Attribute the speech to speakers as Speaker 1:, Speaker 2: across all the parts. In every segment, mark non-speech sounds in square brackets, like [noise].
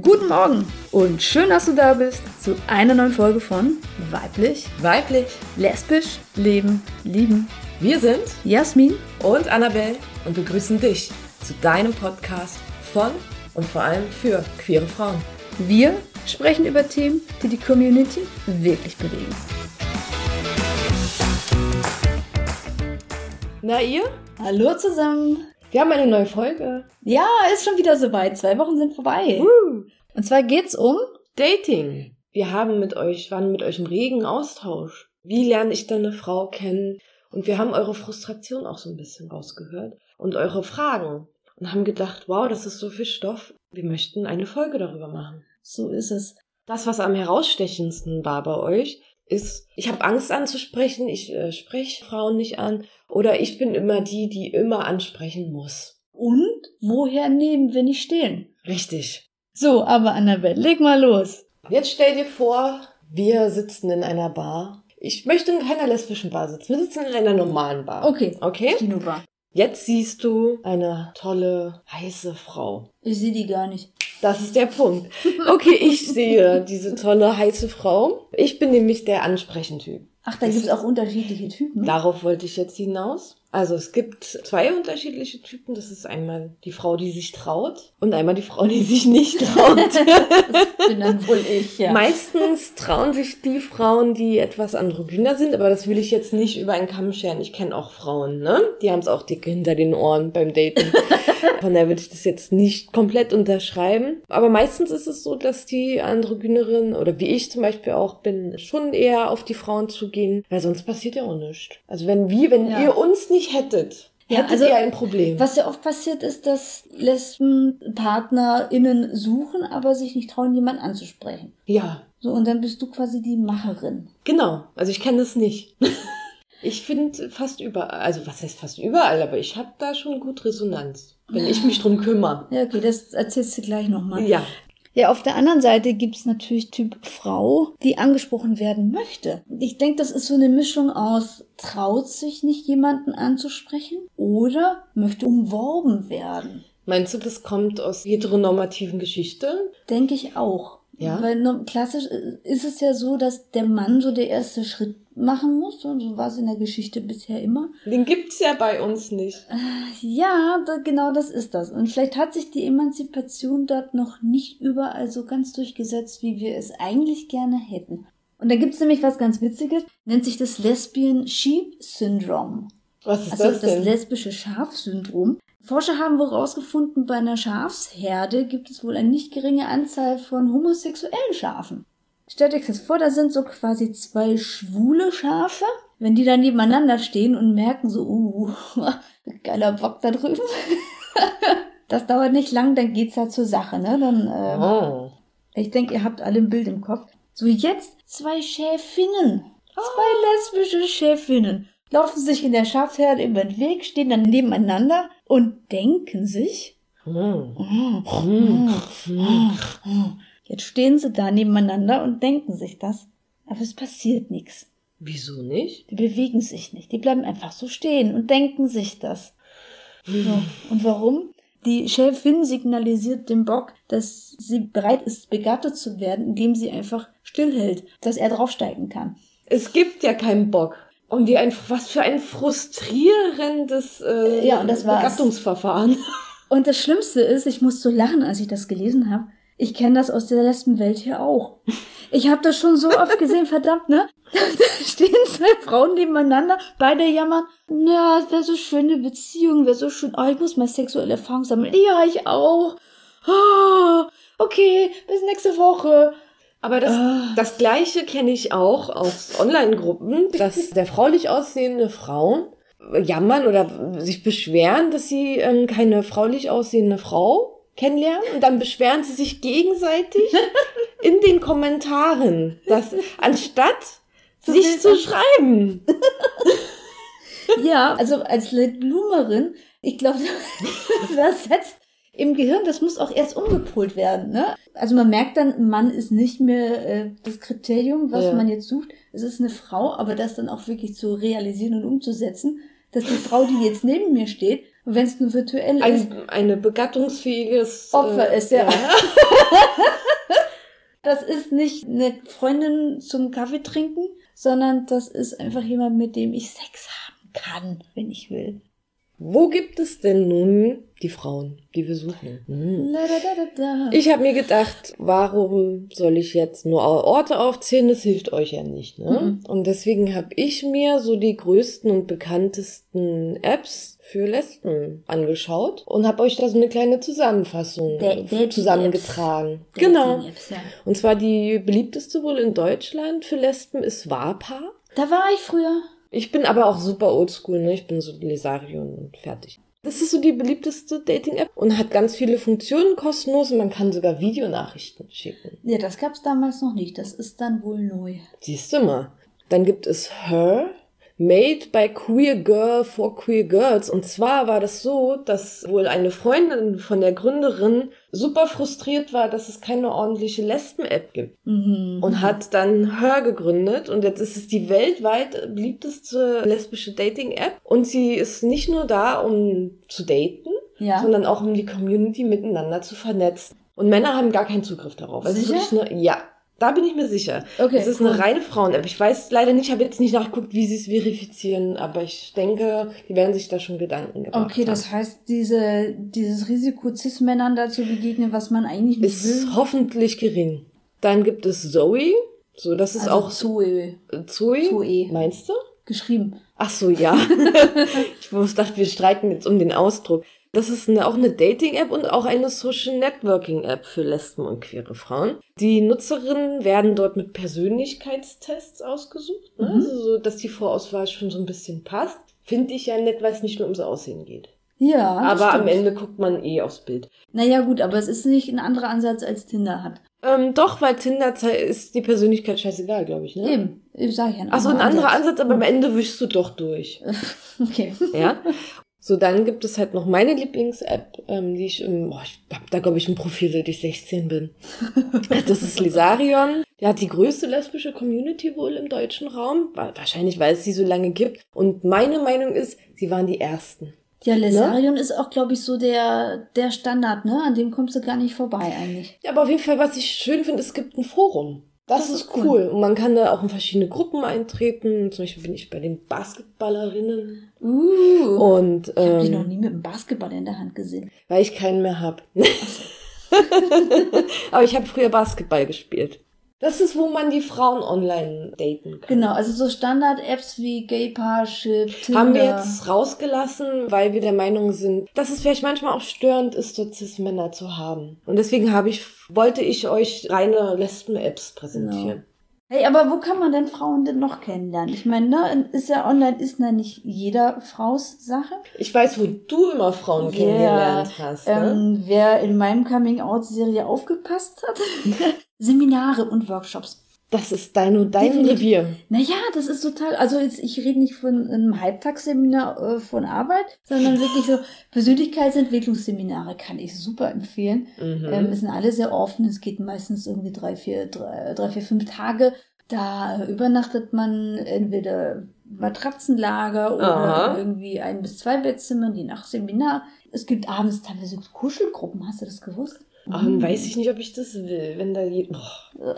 Speaker 1: Guten Morgen und schön, dass du da bist zu einer neuen Folge von Weiblich,
Speaker 2: Weiblich.
Speaker 1: Lesbisch, Leben, Lieben.
Speaker 2: Wir sind
Speaker 1: Jasmin,
Speaker 2: und Annabelle und begrüßen dich zu deinem Podcast von und vor allem für queere Frauen.
Speaker 1: wir sprechen über Themen, die die Community wirklich bewegen.
Speaker 2: Na ihr?
Speaker 1: Hallo zusammen.
Speaker 2: Wir haben eine neue Folge.
Speaker 1: Ja, ist schon wieder soweit. Zwei Wochen sind vorbei. Uh. Und zwar geht's um
Speaker 2: Dating. Wir haben mit euch, waren mit euch im regen Austausch. Wie lerne ich denn eine Frau kennen? Und wir haben eure Frustration auch so ein bisschen rausgehört und eure Fragen und haben gedacht, wow, das ist so viel Stoff. Wir möchten eine Folge darüber machen.
Speaker 1: so ist es.
Speaker 2: Das, was am herausstechendsten war bei euch, ist, ich habe Angst anzusprechen, ich äh, spreche Frauen nicht an oder ich bin immer die, die immer ansprechen muss.
Speaker 1: Und woher nehmen wir nicht stehlen?
Speaker 2: Richtig.
Speaker 1: So, aber Annabelle, leg mal los.
Speaker 2: Jetzt stell dir vor, wir sitzen in einer Bar. Ich möchte in keiner lesbischen Bar sitzen. Wir sitzen in einer normalen Bar.
Speaker 1: Okay.
Speaker 2: Okay?
Speaker 1: Kinobar.
Speaker 2: Jetzt siehst du eine tolle, heiße Frau.
Speaker 1: Ich sehe die gar nicht.
Speaker 2: Das ist der Punkt. Okay, ich sehe diese tolle, heiße Frau. Ich bin nämlich der Ansprechentyp.
Speaker 1: Ach, da gibt's auch unterschiedliche [laughs] Typen.
Speaker 2: Darauf wollte ich jetzt hinaus. Also es gibt zwei unterschiedliche Typen. Das ist einmal die Frau, die sich traut und einmal die Frau, die sich nicht traut.
Speaker 1: bin dann wohl ich, ja.
Speaker 2: Meistens trauen sich die Frauen, die etwas androgyner sind, aber das will ich jetzt nicht über einen Kamm scheren. Ich kenne auch Frauen, ne? Die haben es auch dicke hinter den Ohren beim Daten.
Speaker 1: [laughs]
Speaker 2: Von daher würde ich das jetzt nicht komplett unterschreiben. Aber meistens ist es so, dass die Androgynerin oder wie ich zum Beispiel auch bin, schon eher auf die Frauen zugehen, weil sonst passiert ja auch nichts. Also wenn wir, wenn
Speaker 1: Ja.
Speaker 2: ihr uns nicht hättet,
Speaker 1: Ja,
Speaker 2: hättet
Speaker 1: also
Speaker 2: ihr ein Problem.
Speaker 1: Was ja oft passiert ist, dass Lesben PartnerInnen suchen, aber sich nicht trauen, jemanden anzusprechen.
Speaker 2: Ja,
Speaker 1: So, und dann bist du quasi die Macherin.
Speaker 2: Genau, also ich kenne das nicht. [laughs] Ich finde fast überall, also was heißt fast überall, aber ich habe da schon gut Resonanz, wenn ich mich drum kümmere.
Speaker 1: Ja, okay, das erzählst du gleich nochmal.
Speaker 2: Ja,
Speaker 1: Ja, auf der anderen Seite gibt's natürlich Typ Frau, die angesprochen werden möchte. Ich denke, das ist so eine Mischung aus, traut sich nicht jemanden anzusprechen oder möchte umworben werden.
Speaker 2: meinst du, das kommt aus heteronormativen Geschichte?
Speaker 1: Denke ich auch.
Speaker 2: Ja.
Speaker 1: Weil no- klassisch äh, ist es ja so, dass der Mann so der erste Schritt machen muss. Und so war es in der Geschichte bisher immer.
Speaker 2: Den gibt's ja bei uns nicht.
Speaker 1: Ja, da, genau das ist das. Und vielleicht hat sich die Emanzipation dort noch nicht überall so ganz durchgesetzt, wie wir es eigentlich gerne hätten. Und da gibt's nämlich was ganz Witziges, nennt sich das Lesbian Sheep Syndrome.
Speaker 2: Was ist
Speaker 1: Also
Speaker 2: das
Speaker 1: das,
Speaker 2: denn?
Speaker 1: lesbische Schafsyndrom. Forscher haben wohl herausgefunden, bei einer Schafsherde gibt es wohl eine nicht geringe Anzahl von homosexuellen Schafen. Stellt euch das vor, da sind so quasi zwei schwule Schafe. Wenn die dann nebeneinander stehen und merken so, uh, [laughs] geiler Bock da drüben. [laughs] das dauert nicht lang, dann geht's halt zur Sache, ne? Dann, ähm,
Speaker 2: oh.
Speaker 1: ich denke, ihr habt alle ein Bild im Kopf. So, jetzt zwei Schäfinnen.
Speaker 2: Oh.
Speaker 1: Zwei lesbische Schäfinnen. Laufen sich in der Schafsherde über den Weg, stehen dann nebeneinander und denken sich.
Speaker 2: Hm.
Speaker 1: "Oh,
Speaker 2: Hm. Hm.
Speaker 1: oh, oh." Jetzt stehen sie da nebeneinander und denken sich das. Aber es passiert nichts.
Speaker 2: Wieso nicht?
Speaker 1: Die bewegen sich nicht. Die bleiben einfach so stehen und denken sich das. So. Und warum? Die Chefin signalisiert dem Bock, dass sie bereit ist, begattet zu werden, indem sie einfach stillhält, dass er draufsteigen kann.
Speaker 2: Es gibt ja keinen Bock. Und wie ein, was für ein frustrierendes äh,
Speaker 1: Ja, und das war's.
Speaker 2: Gattungsverfahren.
Speaker 1: Und das Schlimmste ist, ich muss so lachen, als ich das gelesen habe. Ich kenne das aus der Lesbenwelt hier auch. Ich habe das schon so oft gesehen, verdammt, ne? Da stehen zwei Frauen nebeneinander, beide jammern. Na, es wäre so schön, eine Beziehung, wäre so schön. Oh, ich muss mal sexuelle Erfahrung sammeln. Ja, ich auch. Ah, okay, bis nächste Woche.
Speaker 2: Aber das,
Speaker 1: Ah.
Speaker 2: das Gleiche kenne ich auch aus Online-Gruppen, dass der fraulich aussehende Frauen jammern oder sich beschweren, dass sie ähm, keine fraulich aussehende Frau kennenlernen und dann beschweren sie sich gegenseitig in den Kommentaren, dass anstatt
Speaker 1: Zu
Speaker 2: sich
Speaker 1: viel-
Speaker 2: zu schreiben.
Speaker 1: Ja, also als Blumerin, ich glaube, [laughs] das setzt im Gehirn, das muss auch erst umgepolt werden. Ne? Also man merkt dann, Mann ist nicht mehr äh, das Kriterium, was
Speaker 2: Ja.
Speaker 1: man jetzt sucht. Es ist eine Frau, aber das dann auch wirklich zu realisieren und umzusetzen, dass die Frau, die jetzt neben mir steht, und wenn es nur virtuell ist,
Speaker 2: äh, Ein, eine begattungsfähiges
Speaker 1: Opfer ist, ja. Das ist nicht eine Freundin zum Kaffee trinken, sondern das ist einfach jemand, mit dem ich Sex haben kann, wenn ich will.
Speaker 2: [laughs] Wo gibt es denn nun die Frauen, die wir suchen? Hm.
Speaker 1: Da, da, da, da, da.
Speaker 2: Ich habe mir gedacht, warum soll ich jetzt nur Orte aufzählen? Das hilft euch ja nicht. Ne?
Speaker 1: Mhm.
Speaker 2: Und deswegen habe ich mir so die größten und bekanntesten Apps für Lesben angeschaut und habe euch da so eine kleine Zusammenfassung
Speaker 1: Da-
Speaker 2: äh,
Speaker 1: Dating-Apps.
Speaker 2: zusammengetragen. Genau.
Speaker 1: Dating-Apps, ja.
Speaker 2: Und zwar die beliebteste wohl in Deutschland für Lesben ist Wapa.
Speaker 1: Da war ich früher.
Speaker 2: Ich bin aber auch super oldschool, ne? Ich bin so Lesarion und fertig. Das ist so die beliebteste Dating-App und hat ganz viele Funktionen kostenlos und man kann sogar Videonachrichten schicken.
Speaker 1: Ja, das gab's damals noch nicht. Das ist dann wohl neu.
Speaker 2: Siehst du mal. Dann gibt es Her, Made by Queer Girl for Queer Girls. Und zwar war das so, dass wohl eine Freundin von der Gründerin super frustriert war, dass es keine ordentliche Lesben-App gibt.
Speaker 1: Mhm.
Speaker 2: und hat dann Her gegründet und jetzt ist es die weltweit beliebteste lesbische Dating-App und sie ist nicht nur da, um zu daten,
Speaker 1: ja.
Speaker 2: sondern auch um die Community miteinander zu vernetzen. Und Männer haben gar keinen Zugriff darauf. Es ist
Speaker 1: Sicher?
Speaker 2: wirklich eine, ja, da bin ich mir sicher.
Speaker 1: Okay,
Speaker 2: es ist
Speaker 1: cool.
Speaker 2: eine reine Frauen-App. Ich weiß leider nicht, ich habe jetzt nicht nachgeguckt, wie sie es verifizieren, aber ich denke, die werden sich da schon Gedanken gemacht
Speaker 1: Okay, das heißt, diese, dieses Risiko, Cis-Männern da zu begegnen, was man eigentlich nicht
Speaker 2: ist
Speaker 1: will.
Speaker 2: hoffentlich gering. Dann gibt es Zoe. So, das ist
Speaker 1: also
Speaker 2: auch
Speaker 1: Zoe
Speaker 2: Zoe.
Speaker 1: Zoe.
Speaker 2: Meinst du?
Speaker 1: geschrieben.
Speaker 2: Ach
Speaker 1: [laughs]
Speaker 2: so, ja. ich bloß dachte, wir streiten jetzt um den Ausdruck. Das ist eine, auch eine Dating-App und auch eine Social Networking-App für Lesben und queere Frauen. Die Nutzerinnen werden dort mit Persönlichkeitstests ausgesucht, ne?
Speaker 1: Mhm.
Speaker 2: also so, dass die Vorauswahl schon so ein bisschen passt. Finde ich ja nett, weil es nicht nur ums Aussehen geht.
Speaker 1: Ja. das
Speaker 2: Aber am
Speaker 1: stimmt.
Speaker 2: Ende guckt man eh aufs Bild.
Speaker 1: Naja, gut, aber es ist nicht ein anderer Ansatz als Tinder hat.
Speaker 2: Ähm, doch, weil Tinder ze- ist die Persönlichkeit scheißegal, glaube ich, ne?
Speaker 1: Eben, ich sag ja.
Speaker 2: Achso, ein anderer Ansatz, aber am Ende wischst du doch durch.
Speaker 1: [laughs] Okay.
Speaker 2: Ja. So, dann gibt es halt noch meine Lieblings-App, ähm, die ich im, oh, ich hab da glaube ich ein Profil, seit ich 16 bin.
Speaker 1: [laughs]
Speaker 2: Das ist Lisarion. Die hat die größte lesbische Community wohl im deutschen Raum. Wa- Wahrscheinlich, weil es sie so lange gibt. Und meine Meinung ist, sie waren die ersten.
Speaker 1: Ja, Lesarion ist auch, glaube ich, so der, der Standard, ne? An dem kommst du gar nicht vorbei eigentlich.
Speaker 2: Ja, aber auf jeden Fall, was ich schön finde, es gibt ein Forum. Das,
Speaker 1: Das
Speaker 2: ist
Speaker 1: ist
Speaker 2: cool.
Speaker 1: cool.
Speaker 2: Und man kann da auch in verschiedene Gruppen eintreten. Zum Beispiel bin ich bei den Basketballerinnen.
Speaker 1: Uh.
Speaker 2: Und
Speaker 1: Ich hab dich noch
Speaker 2: ähm,
Speaker 1: nie mit dem Basketball in der Hand gesehen.
Speaker 2: weil ich keinen mehr hab. [laughs] Aber ich habe früher Basketball gespielt. Das ist, wo man die Frauen online daten kann.
Speaker 1: Genau, also so Standard-Apps wie Gay Parship, Tinder.
Speaker 2: Haben wir jetzt rausgelassen, weil wir der Meinung sind, dass es vielleicht manchmal auch störend ist, so Cis-Männer zu haben. Und deswegen habe ich, wollte ich euch reine Lesben-Apps präsentieren.
Speaker 1: Genau. Hey, aber wo kann man denn Frauen denn noch kennenlernen? Ich meine, ne, ist ja online, ist ja nicht jeder Fraus Sache.
Speaker 2: Ich weiß, wo du immer Frauen
Speaker 1: Ja,
Speaker 2: kennengelernt hast. Ne?
Speaker 1: Ähm, wer in meinem Coming-out-Serie aufgepasst hat, [laughs] Seminare und Workshops.
Speaker 2: Das ist dein, dein
Speaker 1: definitiv.
Speaker 2: Revier.
Speaker 1: Naja, das ist total, also jetzt, ich rede nicht von einem Halbtagsseminar äh, von Arbeit, sondern wirklich so Persönlichkeitsentwicklungsseminare kann ich super empfehlen.
Speaker 2: Mhm.
Speaker 1: Ähm, es sind alle sehr offen, es geht meistens irgendwie drei, vier, drei, drei, vier, fünf Tage. Da äh, übernachtet man entweder Matratzenlager oder
Speaker 2: Aha.
Speaker 1: irgendwie ein bis zwei Bettzimmern, je nach Seminar. Es gibt abends teilweise Kuschelgruppen, hast du das gewusst?
Speaker 2: Mhm. Ach, dann Ah, hm, weiß ich nicht, ob ich das will, wenn da je, Oh. boah.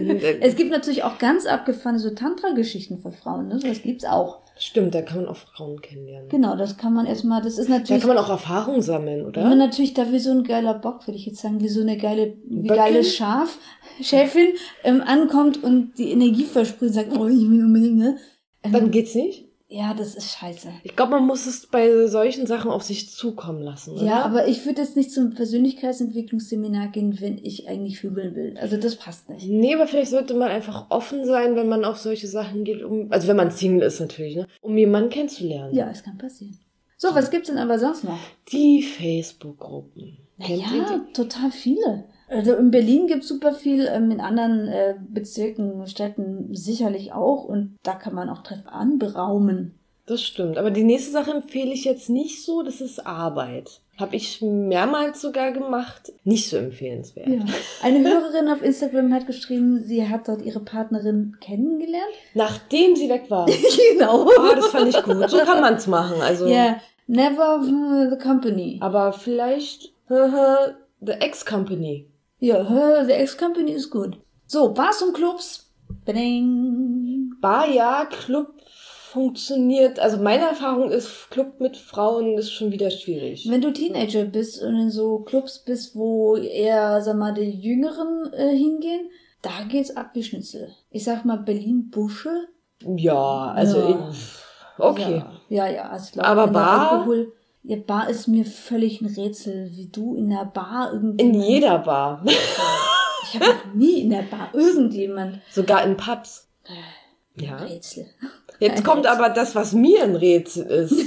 Speaker 1: [laughs] Es gibt natürlich auch ganz abgefahrene so Tantra-Geschichten für Frauen, ne? Das gibt's auch.
Speaker 2: Stimmt, da kann man auch Frauen kennenlernen.
Speaker 1: Genau, das kann man erstmal, das ist
Speaker 2: Da
Speaker 1: natürlich,
Speaker 2: kann man auch Erfahrung sammeln,
Speaker 1: wenn man
Speaker 2: oder?
Speaker 1: natürlich da wie so ein geiler Bock, würde ich jetzt sagen, wie so eine geile, wie
Speaker 2: Böckin?
Speaker 1: geiles Schaf, Schäfin ähm, ankommt und die Energie versprüht und sagt, oh, ich will unbedingt, ne?
Speaker 2: Dann geht's nicht.
Speaker 1: Ja, das ist scheiße.
Speaker 2: Ich glaube, man muss es bei solchen Sachen auf sich zukommen lassen. Oder?
Speaker 1: Ja, aber ich würde jetzt nicht zum Persönlichkeitsentwicklungsseminar gehen, wenn ich eigentlich hügeln will. Also das passt nicht.
Speaker 2: Nee, aber vielleicht sollte man einfach offen sein, wenn man auf solche Sachen geht, um, also wenn man Single ist natürlich, ne? um jemanden kennenzulernen.
Speaker 1: Ja, es kann passieren. So, was gibt's denn aber sonst noch?
Speaker 2: Die Facebook-Gruppen. Kennt ihr
Speaker 1: Naja, total viele. Also in Berlin gibt es super viel, ähm, in anderen äh, Bezirken, Städten sicherlich auch. Und da kann man auch Treffen anberaumen.
Speaker 2: die? Das stimmt. Aber die nächste Sache empfehle ich jetzt nicht so, das ist Arbeit. Habe ich mehrmals sogar gemacht. Nicht so empfehlenswert.
Speaker 1: Eine Hörerin auf Instagram hat geschrieben, sie hat dort ihre Partnerin kennengelernt.
Speaker 2: [laughs] Nachdem sie weg war. [laughs]
Speaker 1: genau.
Speaker 2: Ah, das fand ich gut. So kann man's machen. Also,
Speaker 1: Ja, never äh, the company.
Speaker 2: Aber vielleicht, haha, [laughs] the Ex-Company.
Speaker 1: Ja, äh, the ex company ist gut. So, Bars und Clubs. Bading.
Speaker 2: Bar, ja, Club funktioniert. Also meine Erfahrung ist, Club mit Frauen ist schon wieder schwierig.
Speaker 1: Wenn du Teenager bist und in so Clubs bist, wo eher, sag mal, die Jüngeren äh, hingehen, da geht's ab wie Schnitzel. Ich sag mal Berlin-Busche.
Speaker 2: Ja, also
Speaker 1: Ja.
Speaker 2: ich, okay.
Speaker 1: Ja, ja, ja also ich glaub,
Speaker 2: Aber
Speaker 1: wenn da
Speaker 2: Bar?
Speaker 1: Alkohol, ja, Bar ist mir völlig ein Rätsel, wie du in der Bar irgendwie.
Speaker 2: In jeder Bar. [laughs]
Speaker 1: Ich habe noch nie in der Bar irgendjemand.
Speaker 2: Sogar in Pubs. Ja.
Speaker 1: Rätsel.
Speaker 2: Jetzt
Speaker 1: Ein
Speaker 2: kommt
Speaker 1: Rätsel.
Speaker 2: aber das, was mir ein Rätsel ist.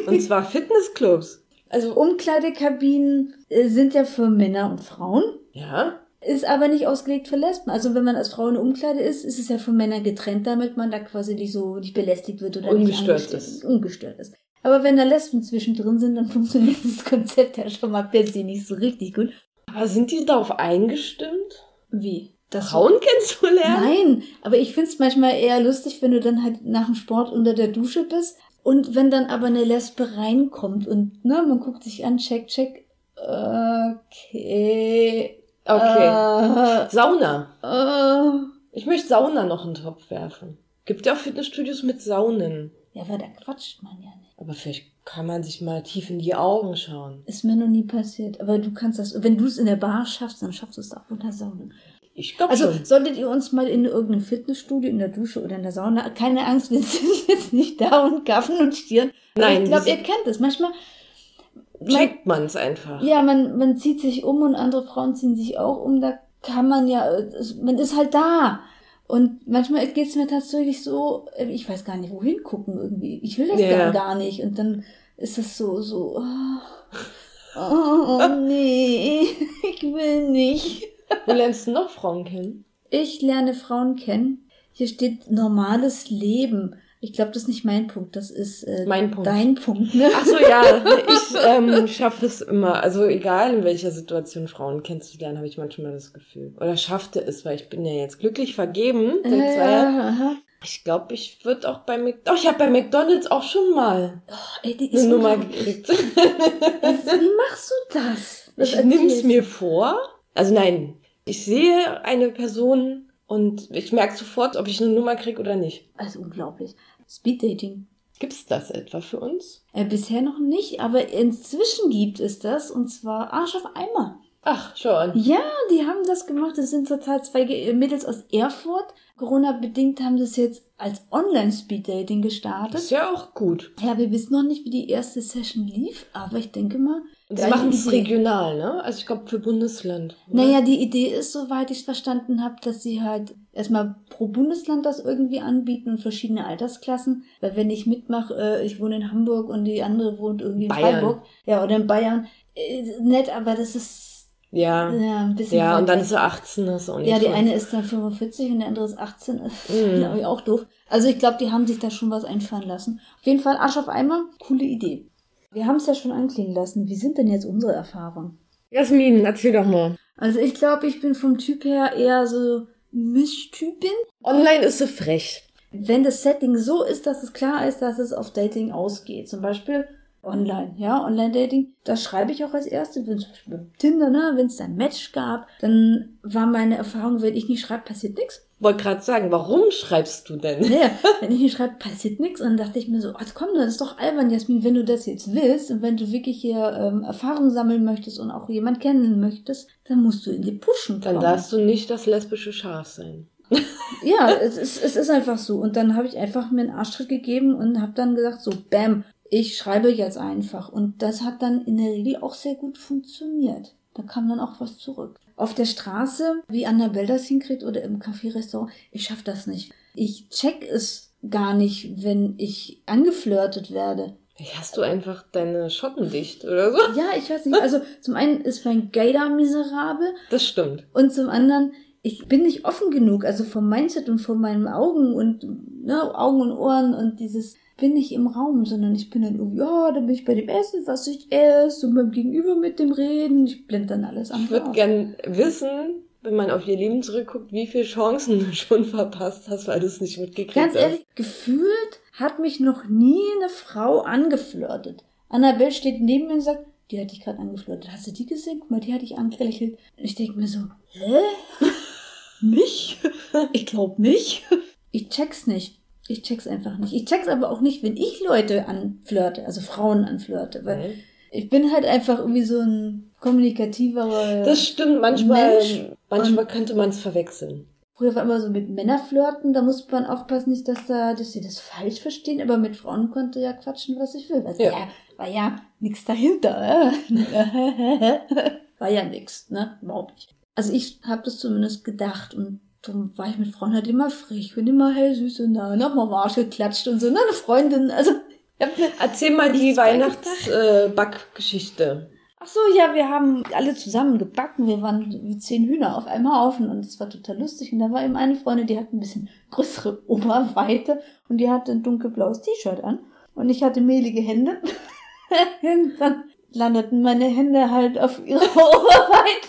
Speaker 1: [laughs]
Speaker 2: Und zwar Fitnessclubs.
Speaker 1: Also Umkleidekabinen äh, sind ja für Männer und Frauen,
Speaker 2: Ja.
Speaker 1: ist aber nicht ausgelegt für Lesben. Also wenn man als Frau in der Umkleide ist, ist es ja von Männern getrennt, damit man da quasi nicht so nicht belästigt wird oder
Speaker 2: Ungestört
Speaker 1: nicht angesteckt-
Speaker 2: ist.
Speaker 1: ungestört ist. Aber wenn da Lesben zwischendrin sind, dann [laughs] funktioniert das Konzept ja schon mal per se nicht so richtig gut.
Speaker 2: Aber sind die darauf eingestimmt,
Speaker 1: Wie? Das
Speaker 2: Frauen kennenzulernen?
Speaker 1: Nein, aber ich find's manchmal eher lustig, wenn du dann halt nach dem Sport unter der Dusche bist und wenn dann aber eine Lesbe reinkommt und ne, man guckt sich an, check, check, okay,
Speaker 2: Okay.
Speaker 1: äh,
Speaker 2: Sauna.
Speaker 1: äh.
Speaker 2: Ich möchte Sauna noch in den Topf werfen. Gibt ja auch Fitnessstudios mit Saunen.
Speaker 1: Ja, aber da quatscht man ja nicht.
Speaker 2: Aber vielleicht kann man sich mal tief in die Augen schauen.
Speaker 1: Ist mir noch nie passiert. Aber du kannst das, wenn du es in der Bar schaffst, dann schaffst du es auch unter Sauna.
Speaker 2: Ich glaube
Speaker 1: Also
Speaker 2: schon.
Speaker 1: solltet ihr uns mal in irgendeinem Fitnessstudio, in der Dusche oder in der Sauna, keine Angst, wir sind [laughs] jetzt nicht da und gaffen und stieren. Aber
Speaker 2: Nein,
Speaker 1: ich glaube,
Speaker 2: wir
Speaker 1: ihr kennt das. Manchmal
Speaker 2: Checkt man es einfach.
Speaker 1: Ja, man, man zieht sich um und andere Frauen ziehen sich auch um. Da kann man ja, es- man ist halt da. Und manchmal geht's mir tatsächlich so, äh, ich weiß gar nicht, wohin gucken irgendwie. Ich will das
Speaker 2: Ja.
Speaker 1: gar, gar nicht. Und dann ist das so, so, oh, oh nee, [laughs] ich will nicht.
Speaker 2: Wo lernst du noch Frauen kennen?
Speaker 1: Ich lerne Frauen kennen. Hier steht normales Leben. Ich glaube, das ist nicht mein Punkt, das ist äh,
Speaker 2: Mein Punkt.
Speaker 1: dein Punkt.
Speaker 2: [laughs]
Speaker 1: Ne?
Speaker 2: Ach so, ja, ich ähm, schaffe es immer. Also egal in welcher Situation Frauen kennenzulernen, habe ich manchmal das Gefühl. Oder schaffte es, weil ich bin ja jetzt glücklich vergeben. Seit zwei Jahren.
Speaker 1: Ja, aha.
Speaker 2: Ich glaube, ich würde auch bei McDonalds. Oh, ich habe bei McDonalds auch schon mal
Speaker 1: [laughs] Ey, die ist
Speaker 2: eine Nummer
Speaker 1: unglaublich.
Speaker 2: gekriegt.
Speaker 1: Wie machst du das? das
Speaker 2: Ich nehme es
Speaker 1: erzählst-
Speaker 2: mir vor. Also nein, ich sehe eine Person und ich merke sofort, ob ich eine Nummer kriege oder nicht.
Speaker 1: Also unglaublich. Speeddating.
Speaker 2: Gibt es das etwa für uns?
Speaker 1: Äh, bisher noch nicht, aber inzwischen gibt es das und zwar Arsch auf Eimer.
Speaker 2: Ach, schon.
Speaker 1: Ja, die haben das gemacht. Das sind total zwei Ge- äh, Mädels aus Erfurt. Corona-bedingt haben das jetzt als Online-Speeddating
Speaker 2: Das
Speaker 1: gestartet.
Speaker 2: ist ja auch gut.
Speaker 1: Ja, wir wissen noch nicht, wie die erste Session lief, aber ich denke mal.
Speaker 2: Und sie
Speaker 1: geile
Speaker 2: machen es
Speaker 1: Idee.
Speaker 2: regional, ne? Also ich glaube für Bundesland. oder?
Speaker 1: Naja, die Idee ist, soweit ich es verstanden habe, dass sie halt erstmal pro Bundesland das irgendwie anbieten und verschiedene Altersklassen. Weil wenn ich mitmache, äh, ich wohne in Hamburg und die andere wohnt irgendwie in
Speaker 2: Bayern.
Speaker 1: Freiburg. Ja, oder in Bayern. Äh, nett, aber das ist
Speaker 2: Ja.
Speaker 1: äh, ein bisschen.
Speaker 2: Ja,
Speaker 1: weit
Speaker 2: und dann
Speaker 1: weg.
Speaker 2: ist er 18, das ist auch nicht
Speaker 1: Ja, die
Speaker 2: toll.
Speaker 1: eine ist dann 45 und die andere ist 18. Das ist
Speaker 2: Mhm.
Speaker 1: irgendwie auch doof. Also ich glaube, die haben sich da schon was einfallen lassen. Auf jeden Fall Arsch auf Eimer, coole Idee. Wir haben es ja schon anklingen lassen. Wie sind denn jetzt unsere Erfahrungen?
Speaker 2: Jasmin, erzähl doch mal.
Speaker 1: Also ich glaube, ich bin vom Typ her eher so Mischtypin.
Speaker 2: Online ist so frech.
Speaker 1: Wenn das Setting so ist, dass es klar ist, dass es auf Dating ausgeht. Zum Beispiel online, ja, Online-Dating. Das schreibe ich auch als Erste. Wenn zum Beispiel beim Tinder, ne, wenn es da ein Match gab, dann war meine Erfahrung, wenn ich nicht schreibe, passiert nichts. [laughs]
Speaker 2: Wollte gerade sagen, warum schreibst du denn?
Speaker 1: Naja, wenn ich nicht schreibe, passiert nichts. Und dann dachte ich mir so, ach komm, das ist doch albern, Jasmin, wenn du das jetzt willst und wenn du wirklich hier ähm, Erfahrung sammeln möchtest und auch jemand kennen möchtest, dann musst du in die Pushen kommen.
Speaker 2: Dann darfst du nicht das lesbische Schaf sein.
Speaker 1: Ja, es ist, es ist einfach so. Und dann habe ich einfach mir einen Arschtritt gegeben und habe dann gesagt, so, bam, ich schreibe jetzt einfach. Und das hat dann in der Regel auch sehr gut funktioniert. Da kam dann auch was zurück. Auf der Straße, wie Annabelle das hinkriegt oder im Café-Restaurant, ich schaff das nicht. Ich check es gar nicht, wenn ich angeflirtet werde.
Speaker 2: Vielleicht hast du einfach deine Schotten dicht oder so.
Speaker 1: Ja, ich weiß nicht. Also zum einen ist mein Geider miserabel
Speaker 2: Das stimmt.
Speaker 1: Und zum anderen, ich bin nicht offen genug, also vom Mindset und von meinen Augen und ne, Augen und Ohren und dieses bin nicht im Raum, sondern ich bin dann irgendwie, ja, dann bin ich bei dem Essen, was ich esse und beim Gegenüber mit dem Reden. Ich blende dann alles
Speaker 2: Ich
Speaker 1: andere
Speaker 2: würde
Speaker 1: aus.
Speaker 2: gern wissen, wenn man auf ihr Leben zurückguckt, wie viele Chancen du schon verpasst hast, weil du es nicht mitgekriegt
Speaker 1: Ganz
Speaker 2: hast.
Speaker 1: ehrlich, gefühlt hat mich noch nie eine Frau angeflirtet. Annabelle steht neben mir und sagt, die hatte ich gerade angeflirtet. Hast du die gesehen? Guck mal, die hatte ich angelächelt. Und ich denke mir so, hä? Mich? Ich glaube nicht. Ich check's nicht. Ich check's einfach nicht. Ich check's aber auch nicht, wenn ich Leute anflirte, also Frauen anflirte, weil
Speaker 2: Nee.
Speaker 1: ich bin halt einfach irgendwie so ein kommunikativerer.
Speaker 2: äh, Das stimmt, manchmal,
Speaker 1: Mensch.
Speaker 2: manchmal könnte man es verwechseln.
Speaker 1: Früher war immer so mit Männern flirten, da musste man aufpassen, nicht, dass da, dass sie das falsch verstehen, aber mit Frauen konnte ja quatschen, was ich will. Also, ja.
Speaker 2: Ja.
Speaker 1: war ja nichts dahinter. äh. [laughs] war ja nichts, ne? Überhaupt nicht. Also ich habe das zumindest gedacht und darum war ich mit Frauen halt immer frech und immer hey süß und na, nochmal Arsch geklatscht und so, na, eine Freundin, also ich hab ne
Speaker 2: Erzähl mal die
Speaker 1: Nichts
Speaker 2: Weihnachtsbackgeschichte. Äh, Backgeschichte.
Speaker 1: Ach so, ja, wir haben alle zusammen gebacken. Wir waren wie zehn Hühner auf einem Haufen und es war total lustig. Und da war eben eine Freundin, die hat ein bisschen größere Oberweite und die hatte ein dunkelblaues T-Shirt an. Und ich hatte mehlige Hände. [laughs] und dann landeten meine Hände halt auf ihrer [laughs] Oberweite,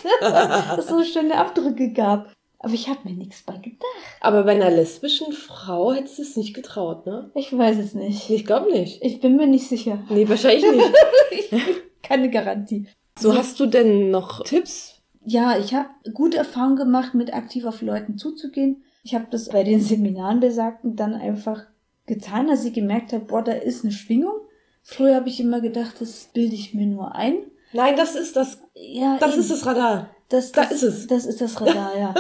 Speaker 1: dass es so schöne Abdrücke gab. Aber ich habe mir nichts bei gedacht.
Speaker 2: Aber bei einer lesbischen Frau hättest du es nicht getraut, ne?
Speaker 1: Ich weiß es nicht.
Speaker 2: Ich glaube nicht.
Speaker 1: Ich bin mir nicht sicher.
Speaker 2: Nee, wahrscheinlich nicht.
Speaker 1: [laughs] Keine Garantie.
Speaker 2: So hast du denn noch Tipps?
Speaker 1: Ja, ich habe gute Erfahrungen gemacht, mit aktiv auf Leuten zuzugehen. Ich habe das bei den [laughs] Seminaren besagten dann einfach getan, dass ich gemerkt habe, boah, da ist eine Schwingung. Früher habe ich immer gedacht, das bilde ich mir nur ein.
Speaker 2: Nein, das ist das.
Speaker 1: Ja,
Speaker 2: Das
Speaker 1: eben.
Speaker 2: ist das Radar.
Speaker 1: Das,
Speaker 2: Da
Speaker 1: das,
Speaker 2: ist es.
Speaker 1: Das ist das Radar,
Speaker 2: [laughs]
Speaker 1: ja.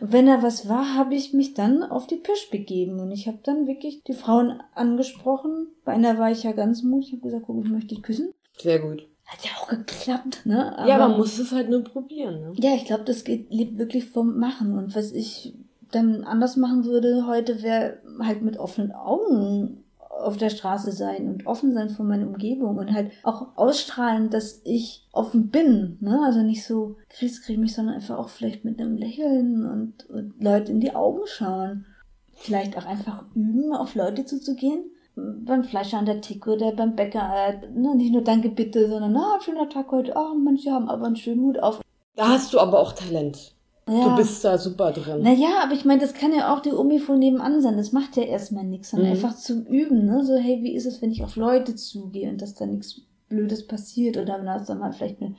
Speaker 1: Und Wenn da was war, habe ich mich dann auf die Pirsch begeben und ich habe dann wirklich die Frauen angesprochen. Bei einer war ich ja ganz mutig, habe gesagt, guck, ich möchte dich küssen.
Speaker 2: Sehr gut.
Speaker 1: Hat ja auch geklappt, ne?
Speaker 2: ja,
Speaker 1: Aber-
Speaker 2: man muss es halt nur probieren. Ne?
Speaker 1: Ja, ich glaube, das geht, lebt wirklich vom Machen. Und was ich dann anders machen würde heute, wäre halt mit offenen Augen auf der Straße sein und offen sein für meine Umgebung und halt auch ausstrahlen, dass ich offen bin. Ne? Also nicht so kriegst krieg mich, sondern einfach auch vielleicht mit einem Lächeln und, und Leute in die Augen schauen. Vielleicht auch einfach üben, auf Leute zuzugehen. Beim Fleischer an der Theke oder beim Bäcker. äh, Ne? Nicht nur Danke, bitte, sondern na, schöner Tag heute. Ach, manche haben aber einen schönen Hut auf.
Speaker 2: Da hast du aber auch Talent.
Speaker 1: Ja.
Speaker 2: Du bist da super drin.
Speaker 1: Naja, aber ich meine, das kann ja auch die Omi von nebenan sein. Das macht ja erstmal nichts, sondern
Speaker 2: Mhm.
Speaker 1: einfach zum Üben, ne? So, hey, wie ist es, wenn ich auf Leute zugehe und dass da nichts Blödes passiert oder wenn das dann mal vielleicht eine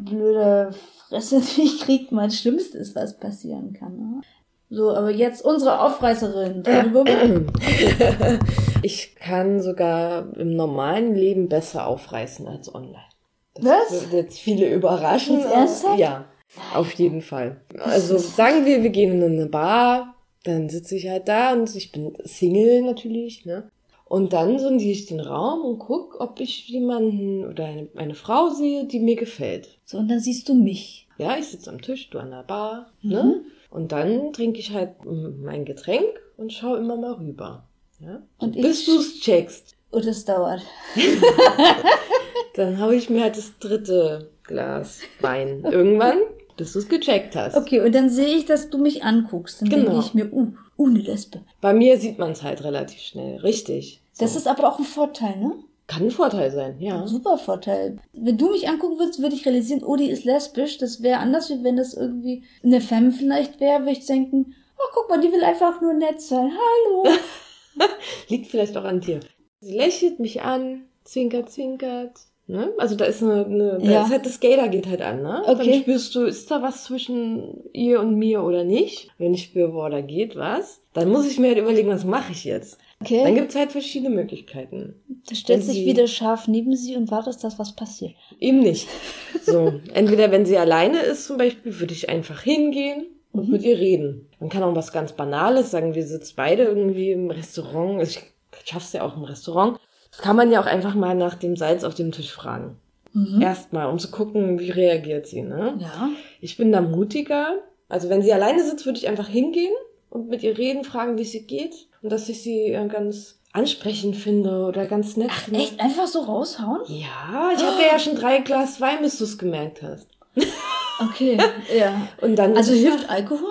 Speaker 1: blöde Fresse, [laughs] die ich krieg, mal das Schlimmste ist, was passieren kann. Ne? So, aber jetzt unsere Aufreißerin.
Speaker 2: [laughs] Ich kann sogar im normalen Leben besser aufreißen als online.
Speaker 1: Was?
Speaker 2: Das wird jetzt viele überraschen.
Speaker 1: Jetzt ernsthaft?
Speaker 2: Ja, auf jeden Fall. Also sagen wir, wir gehen in eine Bar, dann sitze ich halt da und ich bin Single natürlich, ne? Und dann sondiere ich den Raum und guck, ob ich jemanden oder eine, eine Frau sehe, die mir gefällt.
Speaker 1: So, und dann siehst du mich.
Speaker 2: Ja, ich sitze am Tisch, du an der Bar,
Speaker 1: Mhm.
Speaker 2: ne? Und dann trinke ich halt mm, mein Getränk und schaue immer mal rüber. Ja?
Speaker 1: Und
Speaker 2: Und
Speaker 1: ich-
Speaker 2: bis du es checkst.
Speaker 1: Und Oh, das dauert.
Speaker 2: Dann habe ich mir halt das dritte Glas Wein
Speaker 1: [laughs]
Speaker 2: irgendwann, bis du es gecheckt hast.
Speaker 1: Okay, und dann sehe ich, dass du mich anguckst. Dann
Speaker 2: Genau.
Speaker 1: denke ich mir, uh, uh, eine Lesbe.
Speaker 2: Bei mir sieht man es halt relativ schnell, richtig.
Speaker 1: Das
Speaker 2: So.
Speaker 1: ist aber auch ein Vorteil, ne?
Speaker 2: Kann ein Vorteil sein, ja.
Speaker 1: Super Vorteil. Wenn du mich angucken würdest, würde ich realisieren, oh, die ist lesbisch. Das wäre anders, wie wenn das irgendwie eine Femme vielleicht wäre, würde ich denken, oh, guck mal, die will einfach nur nett sein. Hallo.
Speaker 2: Liegt vielleicht auch an dir. Sie lächelt mich an, zwinkert, zwinkert. Ne? Also da ist eine, eine
Speaker 1: Ja.
Speaker 2: da ist halt das Gator geht halt an, ne? Dann
Speaker 1: Okay.
Speaker 2: spürst du, ist da was zwischen ihr und mir oder nicht? Wenn ich spüre, boah, da geht was, dann muss ich mir halt überlegen, was mache ich jetzt? Dann
Speaker 1: [laughs] Okay.
Speaker 2: gibt es halt verschiedene Möglichkeiten.
Speaker 1: Da stellt
Speaker 2: wenn
Speaker 1: sich
Speaker 2: sie-
Speaker 1: wieder scharf neben sie und wartet, dass was passiert.
Speaker 2: Eben nicht. So, entweder wenn sie alleine ist zum Beispiel, würde ich einfach hingehen und
Speaker 1: Mhm.
Speaker 2: mit ihr reden. Man kann auch was ganz Banales sagen, wir sitzen beide irgendwie im Restaurant. Also Ich schaff's ja auch im Restaurant. Das kann man ja auch einfach mal nach dem Salz auf dem Tisch fragen.
Speaker 1: Mhm.
Speaker 2: Erstmal, um zu gucken, wie reagiert sie. Ne?
Speaker 1: Ja.
Speaker 2: Ich bin da mutiger. Also wenn sie alleine sitzt, würde ich einfach hingehen und mit ihr reden, fragen, wie es ihr geht. Und dass ich sie äh, ganz ansprechend finde oder ganz nett finde.
Speaker 1: Echt einfach so raushauen?
Speaker 2: Ja, ich hatte ja schon drei Glas Wein, bis du es gemerkt hast. [laughs]
Speaker 1: Okay. ja.
Speaker 2: Und dann.
Speaker 1: Also hilft Alkohol?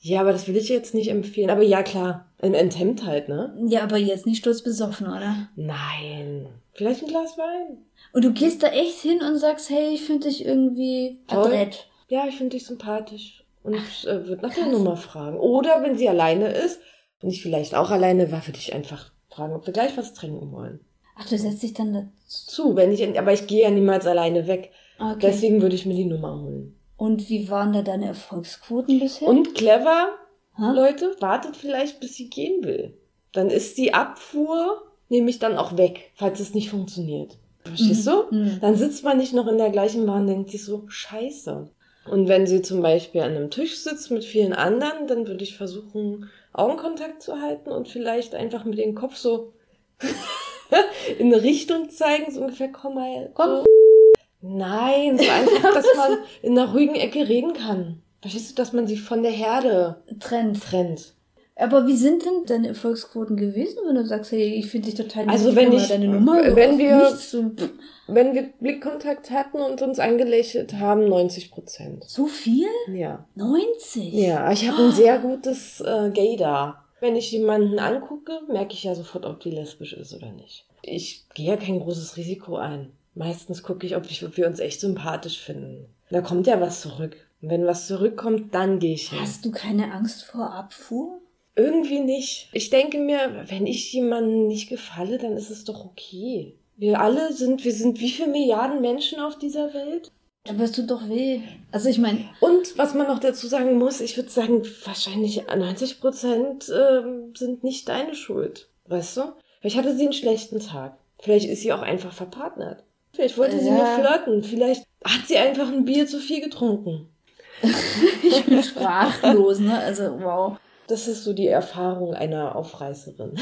Speaker 2: ja, aber das will ich jetzt nicht empfehlen. Aber ja, klar. Ein Enthemmt halt, ne?
Speaker 1: Ja, aber jetzt nicht sturzbesoffen, oder?
Speaker 2: Nein. Vielleicht ein Glas Wein?
Speaker 1: Und du gehst da echt hin und sagst, hey, ich finde dich irgendwie
Speaker 2: Toll.
Speaker 1: adrett.
Speaker 2: Ja, ich finde dich sympathisch. Und äh, wird nach der Nummer fragen. Oder wenn sie alleine ist und ich vielleicht auch alleine war, würde ich einfach fragen, ob wir gleich was trinken wollen.
Speaker 1: Ach, du setzt dich dann da.
Speaker 2: Zu, wenn ich. Aber ich gehe ja niemals alleine weg.
Speaker 1: Ah, Okay.
Speaker 2: Deswegen würde ich mir die Nummer holen.
Speaker 1: Und wie waren da deine Erfolgsquoten bisher? Mhm.
Speaker 2: Und clever,
Speaker 1: Hä?
Speaker 2: Leute, wartet vielleicht, bis sie gehen will. Dann ist die Abfuhr nämlich dann auch weg, falls es nicht funktioniert. Verstehst du?
Speaker 1: Mhm.
Speaker 2: Dann sitzt man nicht noch in der gleichen Bahn und denkt sich so, scheiße. Und wenn sie zum Beispiel an einem Tisch sitzt mit vielen anderen, dann würde ich versuchen, Augenkontakt zu halten und vielleicht einfach mit dem Kopf so [laughs] in eine Richtung zeigen, so ungefähr, komm mal, komm. So. Nein, so einfach, dass man in einer ruhigen Ecke reden kann. Verstehst du, dass man sie von der Herde
Speaker 1: Trend.
Speaker 2: trennt?
Speaker 1: Aber wie sind denn deine Erfolgsquoten gewesen, wenn du sagst, hey, ich finde dich total
Speaker 2: Also
Speaker 1: nett,
Speaker 2: wenn
Speaker 1: aber
Speaker 2: ich-
Speaker 1: deine Nummer
Speaker 2: wenn
Speaker 1: läuft
Speaker 2: wir-
Speaker 1: nicht so, pff,
Speaker 2: Wenn wir Blickkontakt hatten und uns angelächelt haben, 90 Prozent.
Speaker 1: so viel?
Speaker 2: Ja.
Speaker 1: 90?
Speaker 2: Ja, ich habe ein sehr gutes äh, Gaydar. Wenn ich jemanden angucke, merke ich ja sofort, ob die lesbisch ist oder nicht. Ich gehe ja kein großes Risiko ein. Meistens gucke ich, ob, ich, ob wir uns echt sympathisch finden. Da kommt ja was zurück. Und wenn was zurückkommt, dann gehe ich hin.
Speaker 1: Hast du keine Angst vor Abfuhr?
Speaker 2: Irgendwie nicht. Ich denke mir, wenn ich jemandem nicht gefalle, dann ist es doch okay. Wir alle sind, wir sind wie viele Milliarden Menschen auf dieser Welt?
Speaker 1: Dann wirst du doch weh. Also ich meine,
Speaker 2: Und was man noch dazu sagen muss, ich würde sagen, wahrscheinlich 90 Prozent ähm, sind nicht deine Schuld. Weißt du? Vielleicht hatte sie einen schlechten Tag. Vielleicht ist sie auch einfach verpartnert. Vielleicht wollte sie
Speaker 1: Ja.
Speaker 2: nur flirten. Vielleicht hat sie einfach ein Bier zu viel getrunken.
Speaker 1: [laughs] ich bin sprachlos, ne? Also wow.
Speaker 2: Das ist so die Erfahrung einer Aufreißerin.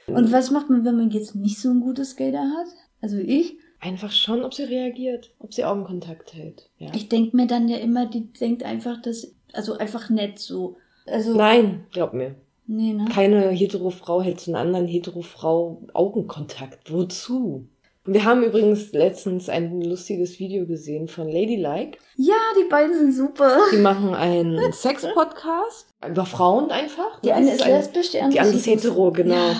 Speaker 2: [laughs]
Speaker 1: Und was macht man, wenn man jetzt nicht so ein gutes Skater hat? Also ich,
Speaker 2: Einfach schauen, ob sie reagiert, ob sie Augenkontakt hält. Ja.
Speaker 1: ich denke mir dann ja immer, die denkt einfach, dass, also einfach nett so. Also,
Speaker 2: Nein, glaub mir.
Speaker 1: nee, ne?
Speaker 2: Keine hetero Frau hält zu einer anderen hetero Frau Augenkontakt. Wozu? Und wir haben übrigens letztens ein lustiges Video gesehen von Ladylike.
Speaker 1: Ja, die beiden sind super.
Speaker 2: Die
Speaker 1: [laughs]
Speaker 2: machen einen Sex-Podcast über Frauen einfach.
Speaker 1: Die
Speaker 2: Das
Speaker 1: eine ist
Speaker 2: ein-
Speaker 1: lesbisch, die andere,
Speaker 2: Die andere ist hetero, genau.
Speaker 1: Ja.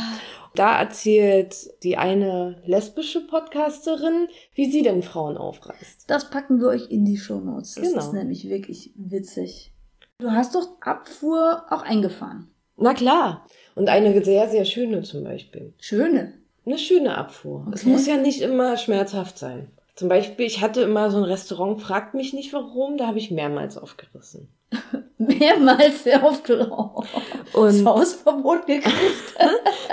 Speaker 2: Da erzählt die eine lesbische Podcasterin, wie sie denn Frauen aufreißt.
Speaker 1: Das packen wir euch in die Shownotes. Das
Speaker 2: Genau.
Speaker 1: ist nämlich wirklich witzig. Du hast doch Abfuhr auch eingefahren.
Speaker 2: Na klar. Und eine sehr, sehr schöne zum Beispiel.
Speaker 1: Schöne. [laughs]
Speaker 2: eine schöne Abfuhr. Es
Speaker 1: Okay.
Speaker 2: muss ja nicht immer schmerzhaft sein. Zum Beispiel, ich hatte immer so ein Restaurant, fragt mich nicht warum, da habe ich mehrmals aufgerissen.
Speaker 1: Mehrmals aufgeraucht. Das
Speaker 2: Und
Speaker 1: Hausverbot gekriegt.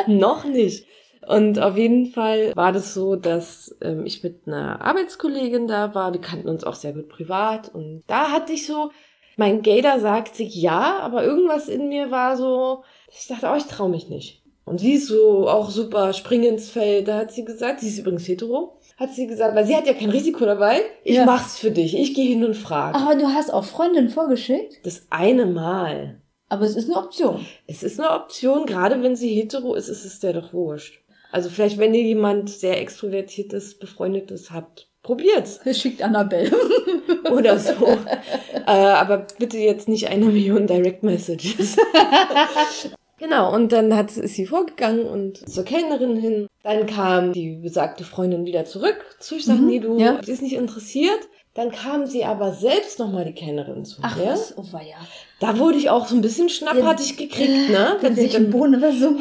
Speaker 2: noch nicht. Und auf jeden Fall war das so, dass ähm, ich mit einer Arbeitskollegin da war. Wir kannten uns auch sehr gut privat. Und da hatte ich so, mein Gator sagte ja, aber irgendwas in mir war so, dass ich dachte, oh, ich traue mich nicht. Und sie ist so auch super spring ins Feld. Da hat sie gesagt, sie ist übrigens hetero, hat sie gesagt, weil sie hat ja kein Risiko dabei. Ich
Speaker 1: Ja.
Speaker 2: mach's für dich. Ich gehe hin und frage.
Speaker 1: Aber du hast auch Freundin vorgeschickt.
Speaker 2: Das eine Mal.
Speaker 1: Aber es ist eine Option.
Speaker 2: Es ist eine Option, gerade wenn sie hetero ist, ist es der doch wurscht. Also vielleicht, wenn ihr jemand sehr extrovertiertes, befreundetes habt, probiert's. [laughs]
Speaker 1: Es schickt Annabelle.
Speaker 2: Oder so. äh, aber bitte jetzt nicht eine Million Direct Messages. [laughs] genau, und dann hat, ist sie vorgegangen und zur Kellnerin hin. Dann kam die besagte Freundin wieder zurück zu. Ich sag,
Speaker 1: Mhm,
Speaker 2: nee, du,
Speaker 1: ja.
Speaker 2: sie ist nicht interessiert. Dann kam sie aber selbst nochmal die Kellnerin zu.
Speaker 1: Ach
Speaker 2: ja?
Speaker 1: was, oh weia.
Speaker 2: Da wurde ich auch so ein bisschen schnapphaftig gekriegt, ne? Wenn sie dann
Speaker 1: Bohne war so.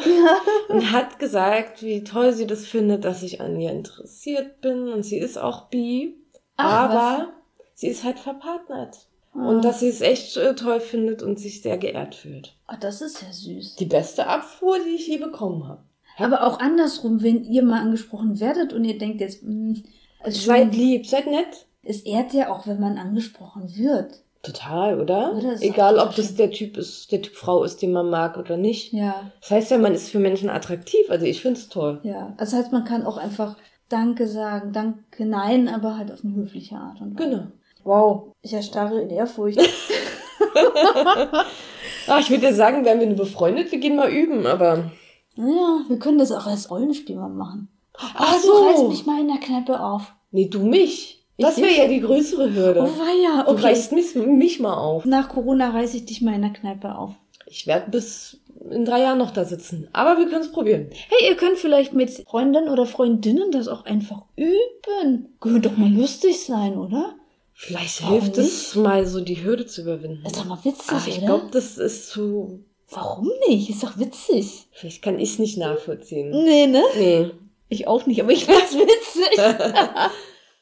Speaker 2: und hat gesagt, wie toll sie das findet, dass ich an ihr interessiert bin und sie ist auch bi,
Speaker 1: Ach, Ah.
Speaker 2: aber sie ist halt verpartnert
Speaker 1: was.
Speaker 2: und dass sie es echt äh, toll findet und sich sehr geehrt fühlt.
Speaker 1: Ah, das ist ja süß.
Speaker 2: Die beste Abfuhr, die ich je bekommen habe.
Speaker 1: Aber auch andersrum, wenn ihr mal angesprochen werdet und ihr denkt jetzt, hm, also mh, es
Speaker 2: Seid lieb, seid nett.
Speaker 1: Es ehrt ja auch, wenn man angesprochen wird.
Speaker 2: Total, oder?
Speaker 1: Oder? Das ist
Speaker 2: Egal,
Speaker 1: auch
Speaker 2: ob das
Speaker 1: schön.
Speaker 2: der Typ ist, der Typ Frau ist, den man mag oder nicht.
Speaker 1: Ja,
Speaker 2: Das heißt ja, man ist für Menschen attraktiv. Also ich finde es toll.
Speaker 1: ja. Das heißt, man kann auch einfach Danke sagen, Danke, nein, aber halt auf eine höfliche Art und Weise.
Speaker 2: Genau.
Speaker 1: Wow, ich erstarre in Ehrfurcht. [laughs]
Speaker 2: Ah, ich würde ja sagen, wären wir nur befreundet, wir gehen mal üben, aber.
Speaker 1: naja, wir können das auch als Rollenspiel mal machen.
Speaker 2: Ach
Speaker 1: Du reißt mich mal in der Kneipe auf.
Speaker 2: Nee, du mich.
Speaker 1: Ich
Speaker 2: das wäre
Speaker 1: dich?
Speaker 2: ja die größere Hürde.
Speaker 1: Oh weia,
Speaker 2: Du
Speaker 1: okay.
Speaker 2: reißt mich, mich mal auf.
Speaker 1: Nach Corona reiße ich dich mal in der Kneipe auf.
Speaker 2: Ich werde bis in drei Jahren noch da sitzen. Aber wir können es probieren.
Speaker 1: Hey, ihr könnt vielleicht mit Freunden oder Freundinnen das auch einfach üben. Könnte doch mal lustig sein, oder?
Speaker 2: Vielleicht
Speaker 1: Warum
Speaker 2: hilft es mal so, die Hürde zu überwinden.
Speaker 1: Ist ne? doch mal witzig,
Speaker 2: Ach, ich
Speaker 1: oder?
Speaker 2: glaube, das ist zu.
Speaker 1: Warum nicht? Ist doch witzig.
Speaker 2: Vielleicht kann ich es nicht nachvollziehen.
Speaker 1: Nee, ne?
Speaker 2: Nee.
Speaker 1: [laughs] Ich auch nicht, aber ich fand's witzig.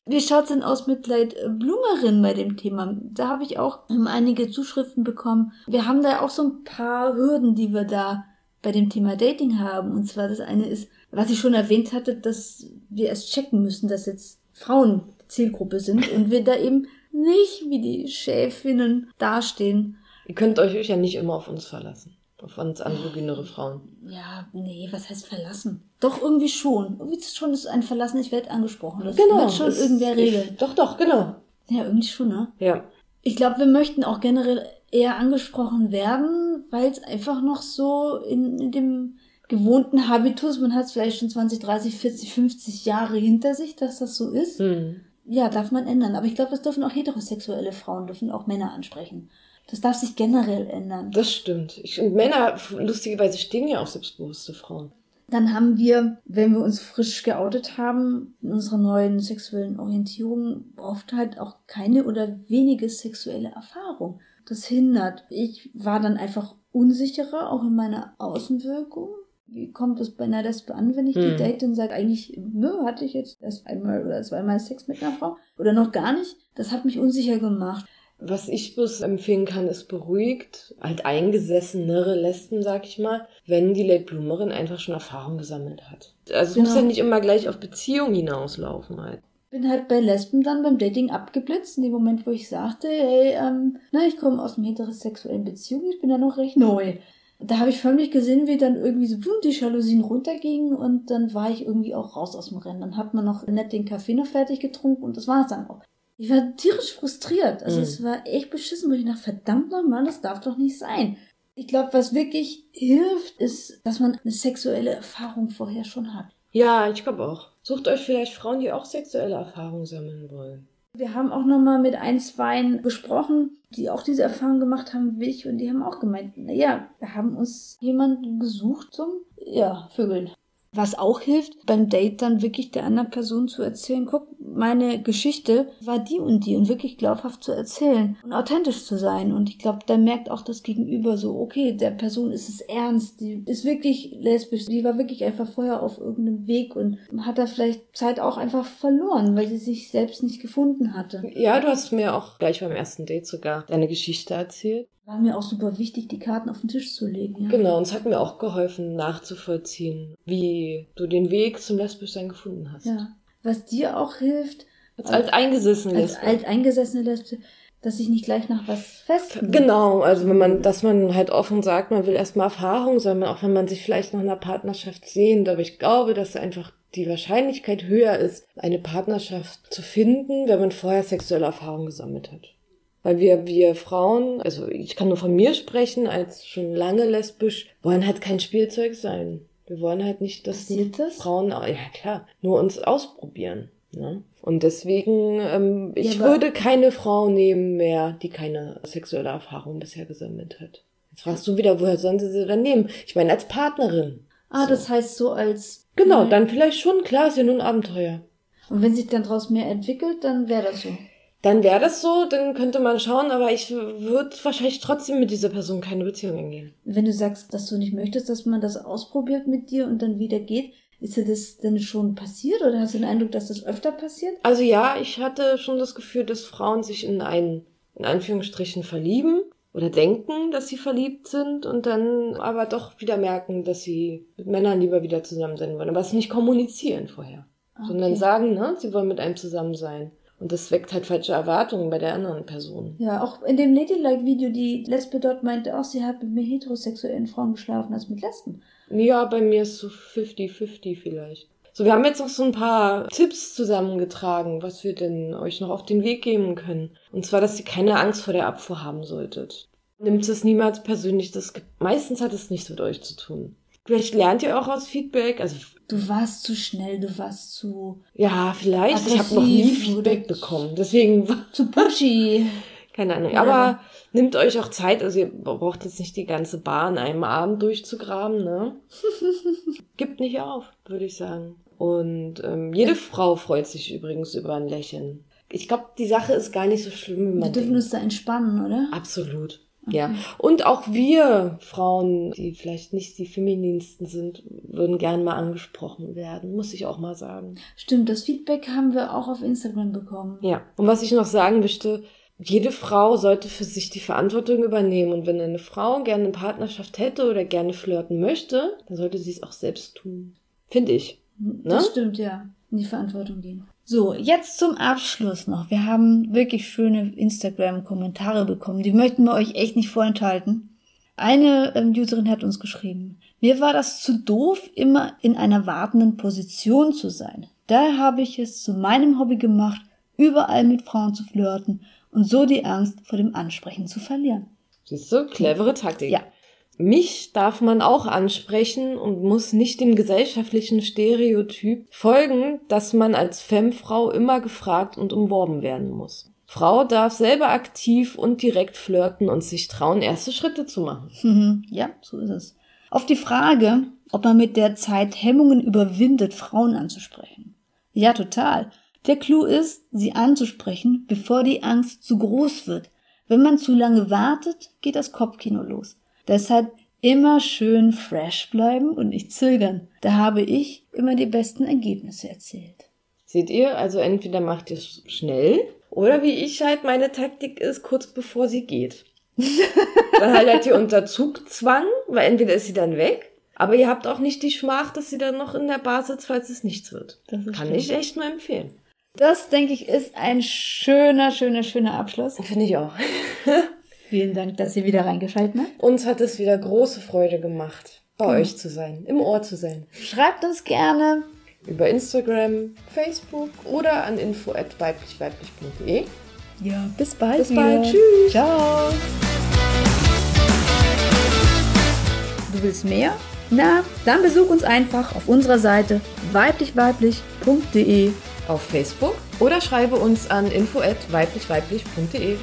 Speaker 1: Wie schaut's denn aus mit Leitblumerin bei dem Thema? Da habe ich auch ähm, einige Zuschriften bekommen. Wir haben da auch so ein paar Hürden, die wir da bei dem Thema Dating haben. Und zwar das eine ist, was ich schon erwähnt hatte, dass wir erst checken müssen, dass jetzt Frauen Zielgruppe sind und wir da eben nicht wie die Schäfinnen dastehen.
Speaker 2: Ihr könnt euch ja nicht immer auf uns verlassen. Auf uns androgynere Frauen.
Speaker 1: Ja, nee, was heißt verlassen? Doch irgendwie schon. Irgendwie schon ist ein Verlassen, ich werde angesprochen. Das
Speaker 2: Genau.
Speaker 1: wird schon
Speaker 2: das-
Speaker 1: irgendwer regeln.
Speaker 2: Ich, doch, doch, genau.
Speaker 1: Ja, irgendwie schon, ne?
Speaker 2: Ja.
Speaker 1: Ich glaube, wir möchten auch generell eher angesprochen werden, weil es einfach noch so in, in dem gewohnten Habitus, man hat es vielleicht schon 20, 30, 40, 50 Jahre hinter sich, dass das so ist.
Speaker 2: Hm.
Speaker 1: Ja, darf man ändern. Aber ich glaube, das dürfen auch heterosexuelle Frauen, dürfen auch Männer ansprechen. Das darf sich generell ändern.
Speaker 2: Das stimmt. Ich, und Männer, f- lustigerweise, stehen ja auf selbstbewusste Frauen.
Speaker 1: Dann haben wir, wenn wir uns frisch geoutet haben, in unserer neuen sexuellen Orientierung oft halt auch keine oder wenige sexuelle Erfahrung. Das hindert. Ich war dann einfach unsicherer, auch in meiner Außenwirkung. Wie kommt es bei einer Lesbe an, wenn ich die
Speaker 2: Hm.
Speaker 1: date und sage, eigentlich, nö, hatte ich jetzt erst einmal oder zweimal Sex mit einer Frau oder noch gar nicht? Das hat mich unsicher gemacht.
Speaker 2: Was ich bloß empfehlen kann, ist beruhigt, halt eingesessenere Lesben, sag ich mal, wenn die Late Bloomerin einfach schon Erfahrung gesammelt hat. Also es muss
Speaker 1: Genau.
Speaker 2: ja nicht immer gleich auf Beziehung hinauslaufen halt.
Speaker 1: bin halt bei Lesben dann beim Dating abgeblitzt, in dem Moment, wo ich sagte, hey, ähm, na, ich komme aus einer heterosexuellen Beziehung, ich bin da noch recht neu. Da habe ich förmlich gesehen, wie dann irgendwie so boom, die Jalousien runtergingen und dann war ich irgendwie auch raus aus dem Rennen. Dann hat man noch nett den Kaffee noch fertig getrunken und das war's dann auch. Ich war tierisch frustriert. Also
Speaker 2: Mhm.
Speaker 1: es war echt beschissen, wo ich dachte, verdammt nochmal, das darf doch nicht sein. Ich glaube, was wirklich hilft, ist, dass man eine sexuelle Erfahrung vorher schon hat.
Speaker 2: Ja, ich glaube auch. Sucht euch vielleicht Frauen, die auch sexuelle Erfahrung sammeln wollen.
Speaker 1: Wir haben auch nochmal mit ein, zweien gesprochen, die auch diese Erfahrung gemacht haben wie ich und die haben auch gemeint, naja, wir haben uns jemanden gesucht zum, ja, Vögeln. Was auch hilft, beim Date dann wirklich der anderen Person zu erzählen, guck, meine Geschichte war die und die und wirklich glaubhaft zu erzählen und authentisch zu sein. Und ich glaube, da merkt auch das Gegenüber so, okay, der Person ist es ernst, die ist wirklich lesbisch, die war wirklich einfach vorher auf irgendeinem Weg und hat da vielleicht Zeit auch einfach verloren, weil sie sich selbst nicht gefunden hatte.
Speaker 2: Ja, du hast mir auch gleich beim ersten Date sogar deine Geschichte erzählt.
Speaker 1: War mir auch super wichtig, die Karten auf den Tisch zu legen. Ja.
Speaker 2: Genau, und es hat mir auch geholfen, nachzuvollziehen, wie du den Weg zum Lesbischsein gefunden hast.
Speaker 1: Ja. Was dir auch hilft,
Speaker 2: Als alteingesessen
Speaker 1: als
Speaker 2: Lesbe.
Speaker 1: alteingesessene Lesbe, dass ich nicht gleich nach was festnähe.
Speaker 2: Genau, also wenn man, dass man halt offen sagt, man will erstmal Erfahrung sammeln, auch wenn man sich vielleicht nach einer Partnerschaft sehnt. Aber ich glaube, dass einfach die Wahrscheinlichkeit höher ist, eine Partnerschaft zu finden, wenn man vorher sexuelle Erfahrung gesammelt hat. Weil wir, wir Frauen, also ich kann nur von mir sprechen, als schon lange lesbisch, wollen halt kein Spielzeug sein. Wir wollen halt nicht, dass
Speaker 1: Passiert das?
Speaker 2: Frauen, ja klar, nur uns ausprobieren. Ne? Und deswegen, ähm, ich
Speaker 1: Ja, aber-
Speaker 2: würde keine Frau nehmen mehr, die keine sexuelle Erfahrung bisher gesammelt hat. Jetzt fragst du wieder, woher sollen sie sie dann nehmen? Ich meine, als Partnerin.
Speaker 1: Ah,
Speaker 2: So.
Speaker 1: das heißt so als.
Speaker 2: Genau,
Speaker 1: Mhm.
Speaker 2: dann vielleicht schon, klar, ist ja nun Abenteuer.
Speaker 1: Und wenn sich dann daraus mehr entwickelt, dann wäre das so.
Speaker 2: Dann wäre das so, dann könnte man schauen, aber ich würde wahrscheinlich trotzdem mit dieser Person keine Beziehung eingehen.
Speaker 1: Wenn du sagst, dass du nicht möchtest, dass man das ausprobiert mit dir und dann wieder geht, ist dir das denn schon passiert oder hast du den Eindruck, dass das öfter passiert?
Speaker 2: Also ja, ich hatte schon das Gefühl, dass Frauen sich in einen, in Anführungsstrichen, verlieben oder denken, dass sie verliebt sind und dann aber doch wieder merken, dass sie mit Männern lieber wieder zusammen sein wollen. Aber es nicht kommunizieren vorher, sondern
Speaker 1: Ah, Okay.
Speaker 2: sagen, ne, sie wollen mit einem zusammen sein. Und das weckt halt falsche Erwartungen bei der anderen Person.
Speaker 1: Ja, auch in dem Ladylike-Video, die Lesbe dort meinte auch, sie hat mit mehr heterosexuellen Frauen geschlafen als mit Lesben.
Speaker 2: Ja, bei mir ist so 50-50 vielleicht. So, wir haben jetzt noch so ein paar Tipps zusammengetragen, was wir denn euch noch auf den Weg geben können. Und zwar, dass ihr keine Angst vor der Abfuhr haben solltet. Nimmt es niemals persönlich, das gibt- meistens hat es nichts mit euch zu tun. Vielleicht lernt ihr auch aus Feedback, also
Speaker 1: Du warst zu schnell, du warst zu,
Speaker 2: ja, vielleicht. Ich habe noch nie
Speaker 1: Aggressiv
Speaker 2: Feedback
Speaker 1: oder-
Speaker 2: bekommen, deswegen
Speaker 1: zu pushy.
Speaker 2: keine Ahnung.
Speaker 1: Ja.
Speaker 2: Aber nehmt euch auch Zeit. Also ihr braucht jetzt nicht die ganze Bar in einem Abend
Speaker 1: [laughs]
Speaker 2: durchzugraben, ne? Gibt nicht auf, würde ich sagen. Und ähm, jede Frau freut sich übrigens über ein Lächeln. Ich glaube, die Sache ist gar nicht so schlimm, wie
Speaker 1: Wir
Speaker 2: man
Speaker 1: dürfen
Speaker 2: denkt.
Speaker 1: uns da entspannen, oder?
Speaker 2: Absolut. Ja. Und auch wir Frauen, die vielleicht nicht die femininsten sind, würden gern mal angesprochen werden, muss ich auch mal sagen.
Speaker 1: Stimmt, das Feedback haben wir auch auf Instagram bekommen.
Speaker 2: Ja. Und was ich noch sagen möchte, jede Frau sollte für sich die Verantwortung übernehmen. Und wenn eine Frau gerne eine Partnerschaft hätte oder gerne flirten möchte, dann sollte sie es auch selbst tun. Finde ich.
Speaker 1: Das
Speaker 2: Ne?
Speaker 1: stimmt, ja. In die Verantwortung gehen. So, jetzt zum Abschluss noch. Wir haben wirklich schöne Instagram-Kommentare bekommen. Die möchten wir euch echt nicht vorenthalten. Eine ähm, Userin hat uns geschrieben, mir war das zu doof, immer in einer wartenden Position zu sein. Daher habe ich es zu meinem Hobby gemacht, überall mit Frauen zu flirten und so die Angst vor dem Ansprechen zu verlieren.
Speaker 2: Siehst du, clevere Taktik.
Speaker 1: Ja.
Speaker 2: Mich darf man auch ansprechen und muss nicht dem gesellschaftlichen Stereotyp folgen, dass man als Femfrau immer gefragt und umworben werden muss. Frau darf selber aktiv und direkt flirten und sich trauen, erste Schritte zu machen.
Speaker 1: Mhm, ja, so ist es. Auf die Frage, ob man mit der Zeit Hemmungen überwindet, Frauen anzusprechen. Ja, total. Der Clou ist, sie anzusprechen, bevor die Angst zu groß wird. Wenn man zu lange wartet, geht das Kopfkino los. Deshalb immer schön fresh bleiben und nicht zögern. Da habe ich immer die besten Ergebnisse erzielt.
Speaker 2: Seht ihr, also entweder macht ihr es schnell oder wie ich halt meine Taktik ist, kurz bevor sie [laughs] geht. dann halt halt ihr unter Zugzwang, weil entweder ist sie dann weg, aber ihr habt auch nicht die Schmach, dass sie dann noch in der Bar sitzt, falls es nichts wird.
Speaker 1: Das ist
Speaker 2: Kann
Speaker 1: schön.
Speaker 2: ich echt nur empfehlen.
Speaker 1: Das, denke ich, ist ein schöner, schöner, schöner Abschluss.
Speaker 2: Finde ich auch.
Speaker 1: Vielen Dank, dass ihr wieder reingeschaltet habt.
Speaker 2: Uns hat es wieder große Freude gemacht, bei euch zu sein, im Ohr zu sein.
Speaker 1: Schreibt uns gerne,
Speaker 2: Über Instagram, Facebook oder an info at weiblichweiblich.de.
Speaker 1: Ja, bis bald.
Speaker 2: Bis
Speaker 1: wieder.
Speaker 2: bald, tschüss.
Speaker 1: Ciao. Du willst mehr? Na, dann besuch uns einfach auf unserer Seite weiblichweiblich.de.
Speaker 2: Auf Facebook oder schreibe uns an info at weiblichweiblich.de.